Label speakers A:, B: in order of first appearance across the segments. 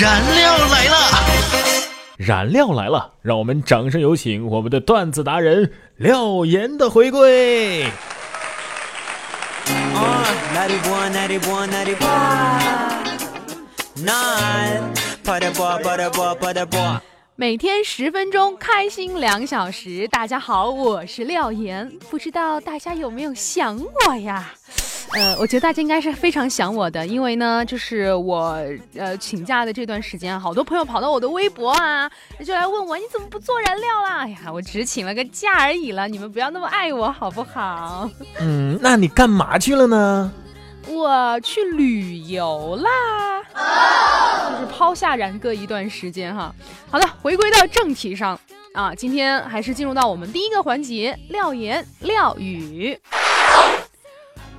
A: 燃料来了！
B: 燃料来了，让我们掌声有请我们的段子达人廖岩的回归。
C: 91, 91, 91. Nine. Butter boy, butter boy, butter boy.
D: 每天十分钟，开心两小时。大家好，我是廖岩，不知道大家有没有想我呀？呃，我觉得大家应该是非常想我的，因为呢，就是我呃请假的这段时间，好多朋友跑到我的微博啊，就来问我你怎么不做燃料啦？哎呀，我只请了个假而已了，你们不要那么爱我好不好？
B: 嗯，那你干嘛去了呢？
D: 我去旅游啦，就是抛下然哥一段时间哈。好的，回归到正题上啊，今天还是进入到我们第一个环节——廖言廖语。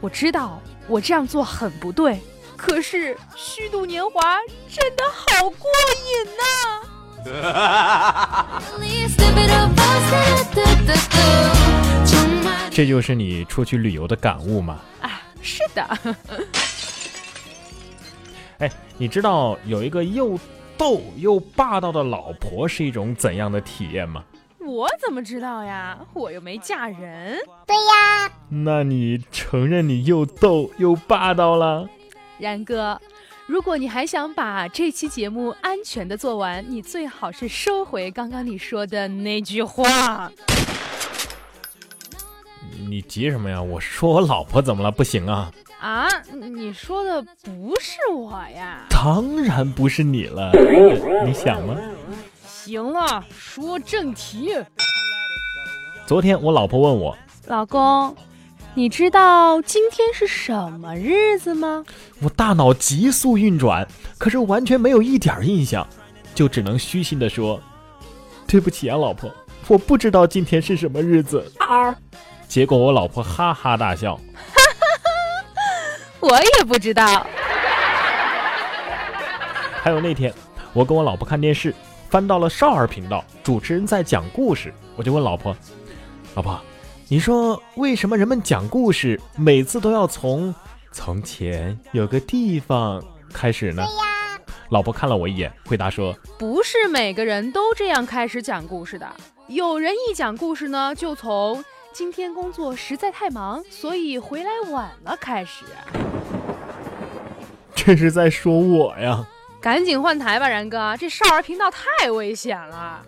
D: 我知道我这样做很不对，可是虚度年华真的好过瘾呐、
B: 这就是你出去旅游的感悟嘛。
D: 啊，是的，
B: 你知道有一个又逗又霸道的老婆是一种怎样的体验吗？
D: 我怎么知道呀？我又没嫁 人。
B: 那你承认你又逗又霸道了？
D: 然哥，如果你还想把这期节目安全的做完，你最好是收回刚刚你说的那句话。
B: 你你急什么呀？我说我老婆怎么了？不行啊？
D: 啊，你说的不是我呀？
B: 当然不是你了，呃你想吗？
D: 行了，说正题。
B: 昨天我老婆问我，
D: 老公，你知道今天是什么日子吗？
B: 我大脑急速运转，可是完全没有一点儿印象，就只能虚心地说：“对不起啊，老婆，我不知道今天是什么日子。”结果我老婆哈哈大笑。
D: 我也不知道。
B: 还有那天，我跟我老婆看电视，翻到了少儿频道，主持人在讲故事，我就问老婆：“老婆，你说为什么人们讲故事每次都要从从前有个地方开始呢？”老婆看了我一眼，回答说。
D: 不是每个人都这样开始讲故事的。有人一讲故事呢，就从今天工作实在太忙，所以回来晚了开始。
B: 这是在说我呀？
D: 赶紧换台吧，然哥，这少儿频道太危险了。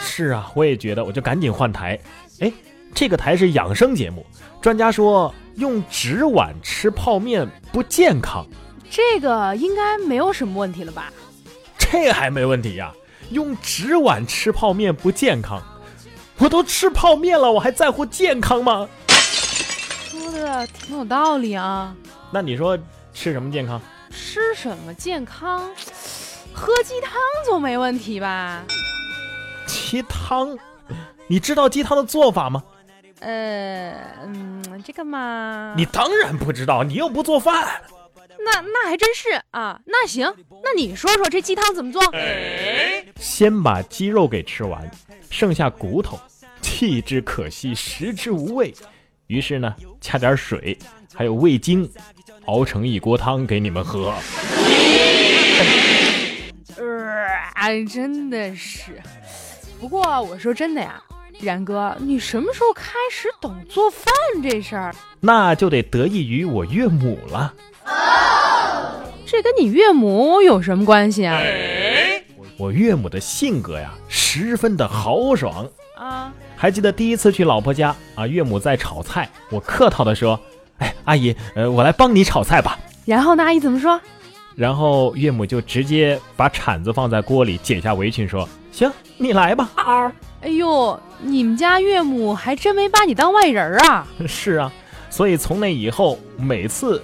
B: 是啊，我也觉得，我就赶紧换台。哎，这个台是养生节目，专家说用纸碗吃泡面不健康，
D: 这个应该没有什么问题了吧？
B: 这还没问题呀、用纸碗吃泡面不健康，我都吃泡面了，我还在乎健康吗？
D: 说的挺有道理啊。
B: 那你说吃什么健康？
D: 吃什么健康？喝鸡汤总没问题吧？
B: 鸡汤。你知道鸡汤的做法吗？
D: 呃，嗯，这个嘛，
B: 你当然不知道，你又不做饭。
D: 那那还真是啊。那行，那你说说这鸡汤怎么做？
B: 先把鸡肉给吃完，剩下骨头，弃之可惜，食之无味。于是呢，加点水，还有味精，熬成一锅汤给你们喝。
D: 哎，真的是。不过我说真的呀，然哥，你什么时候开始懂做饭这事儿？
B: 那就得得益于我岳母了。
D: 这跟你岳母有什么关系啊？
B: 我岳母的性格呀，十分的豪爽。
D: 啊，
B: 还记得第一次去老婆家啊，岳母在炒菜，我客套的说：“哎，阿姨，呃，我来帮你炒菜吧。”
D: 然后呢，阿姨怎么说？
B: 然后岳母就直接把铲子放在锅里，解下围裙说：“行，你来吧。
D: 哎呦，你们家岳母还真没把你当外人儿啊！”
B: 是啊，所以从那以后，每次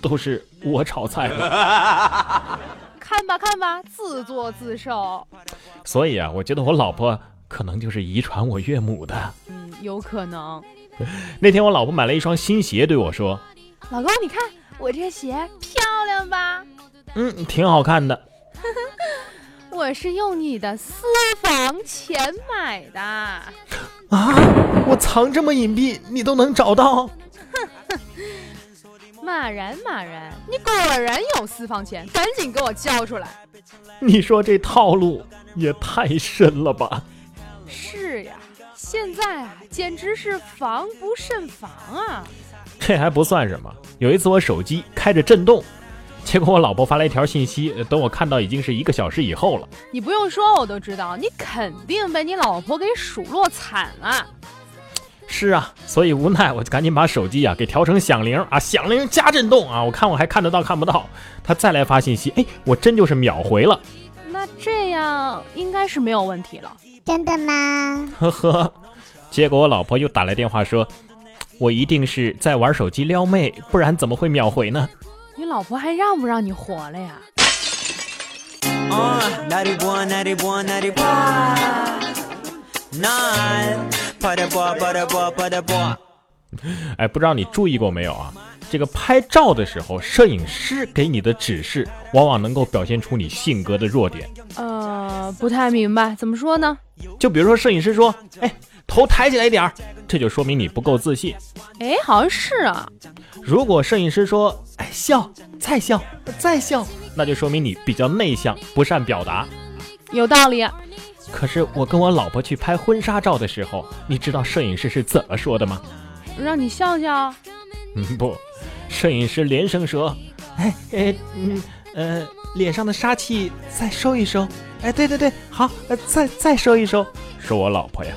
B: 都是我炒菜了。
D: 看吧看吧，自作自受。
B: 所以啊，我觉得我老婆可能就是遗传我岳母的。
D: 嗯，有可能。
B: 那天我老婆买了一双新鞋，对我说
D: 老公，你看我这鞋漂亮吧？：“
B: 嗯，挺好看的。
D: 我是用你的私房钱买的。”
B: 我藏这么隐蔽，你都能找到？
D: 妈马然马然，你果然有私房钱，赶紧给我交出来！
B: 你说这套路也太深了吧？
D: 是呀，现在啊，简直是防不胜防啊！
B: 这还不算什么，有一次我手机开着震动，结果我老婆发来一条信息，呃等我看到已经是一个小时以后了。
D: 你不用说，我都知道，你肯定被你老婆给数落惨了。
B: 是啊，所以无奈我就赶紧把手机啊给调成响铃啊，响铃加震动啊，我看我还看得到看不到。他再来发信息，哎，我真就是秒回了，
D: 那这样应该是没有问题了。
E: 真的吗？
B: 呵呵。结果我老婆又打来电话说，我一定是在玩手机撩妹，不然怎么会秒回呢？
D: 你老婆还让不让你活了呀？
C: Uh, 91, 91, 91. Nine. Pada boy, pada boy, pada boy.
B: 哎，不知道你注意过没有啊？这个拍照的时候，摄影师给你的指示，往往能够表现出你性格的弱点。
D: 呃，不太明白，怎么说呢？
B: 就比如说，摄影师说：“哎，头抬起来一点儿”，这就说明你不够自信。
D: 哎，好像是啊。
B: 如果摄影师说：“哎，笑，再笑，再笑”，那就说明你比较内向，不善表达。
D: 有道理。啊
B: 可是我跟我老婆去拍婚纱照的时候，你知道摄影师是怎么说的吗？
D: 让你笑笑，
B: 嗯，不，摄影师连声说：“哎哎，嗯呃，脸上的杀气再收一收。”哎，对对对，好，呃、再再收一收。是我老婆呀，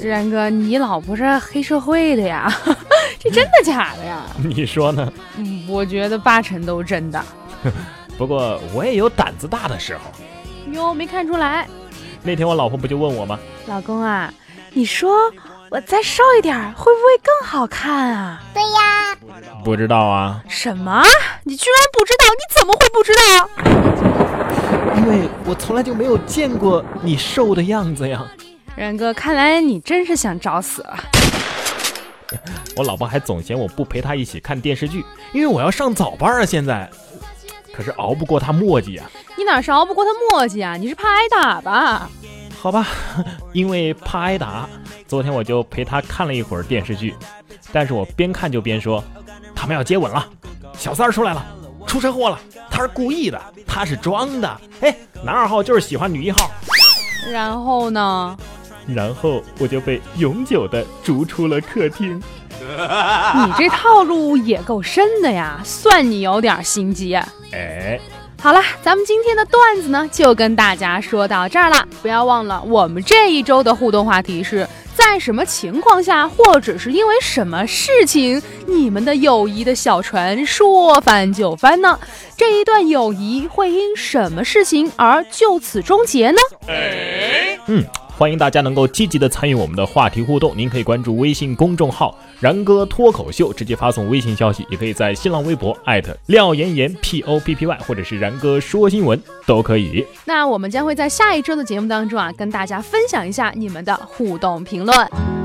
D: 然哥，你老婆是黑社会的呀？ 这真的假的呀？
B: 你说呢？
D: 嗯，我觉得八成都是真的。
B: 不过我也有胆子大的时候。
D: 哟，没看出来，
B: 那天我老婆不就问我吗？
D: 老公啊，你说我再瘦一点儿会不会更好看啊？
E: 对呀，
B: 不知道啊，
D: 什么？你居然不知道？你怎么会不知道？
B: 因为我从来就没有见过你瘦的样子呀。
D: 然哥，看来你真是想找死了。
B: 我老婆还总嫌我不陪她一起看电视剧，因为我要上早班啊。现在，可是熬不过她磨叽啊。
D: 你哪是熬不过他磨叽啊？你是怕挨打吧？
B: 好吧，因为怕挨打，昨天我就陪她看了一会儿电视剧，但是我边看就边说，他们要接吻了，小三儿出来了，出车祸了，他是故意的，他是装的。哎，男二号就是喜欢女一号。
D: 然后呢？
B: 然后我就被永久的逐出了客厅。
D: 你这套路也够深的呀，算你有点心机。啊
B: 哎，
D: 好了，咱们今天的段子呢，就跟大家说到这儿了。不要忘了，我们这一周的互动话题是在什么情况下，或者是因为什么事情，你们的友谊的小船说翻就翻呢？这一段友谊会因什么事情而就此终结呢？
B: 嗯，欢迎大家能够积极的参与我们的话题互动。您可以关注微信公众号“然哥脱口秀”，直接发送微信消息；也可以在新浪微博艾特廖岩岩 P O P P Y，或者是然哥说新闻都可以。
D: 那我们将会在下一周的节目当中啊，跟大家分享一下你们的互动评论。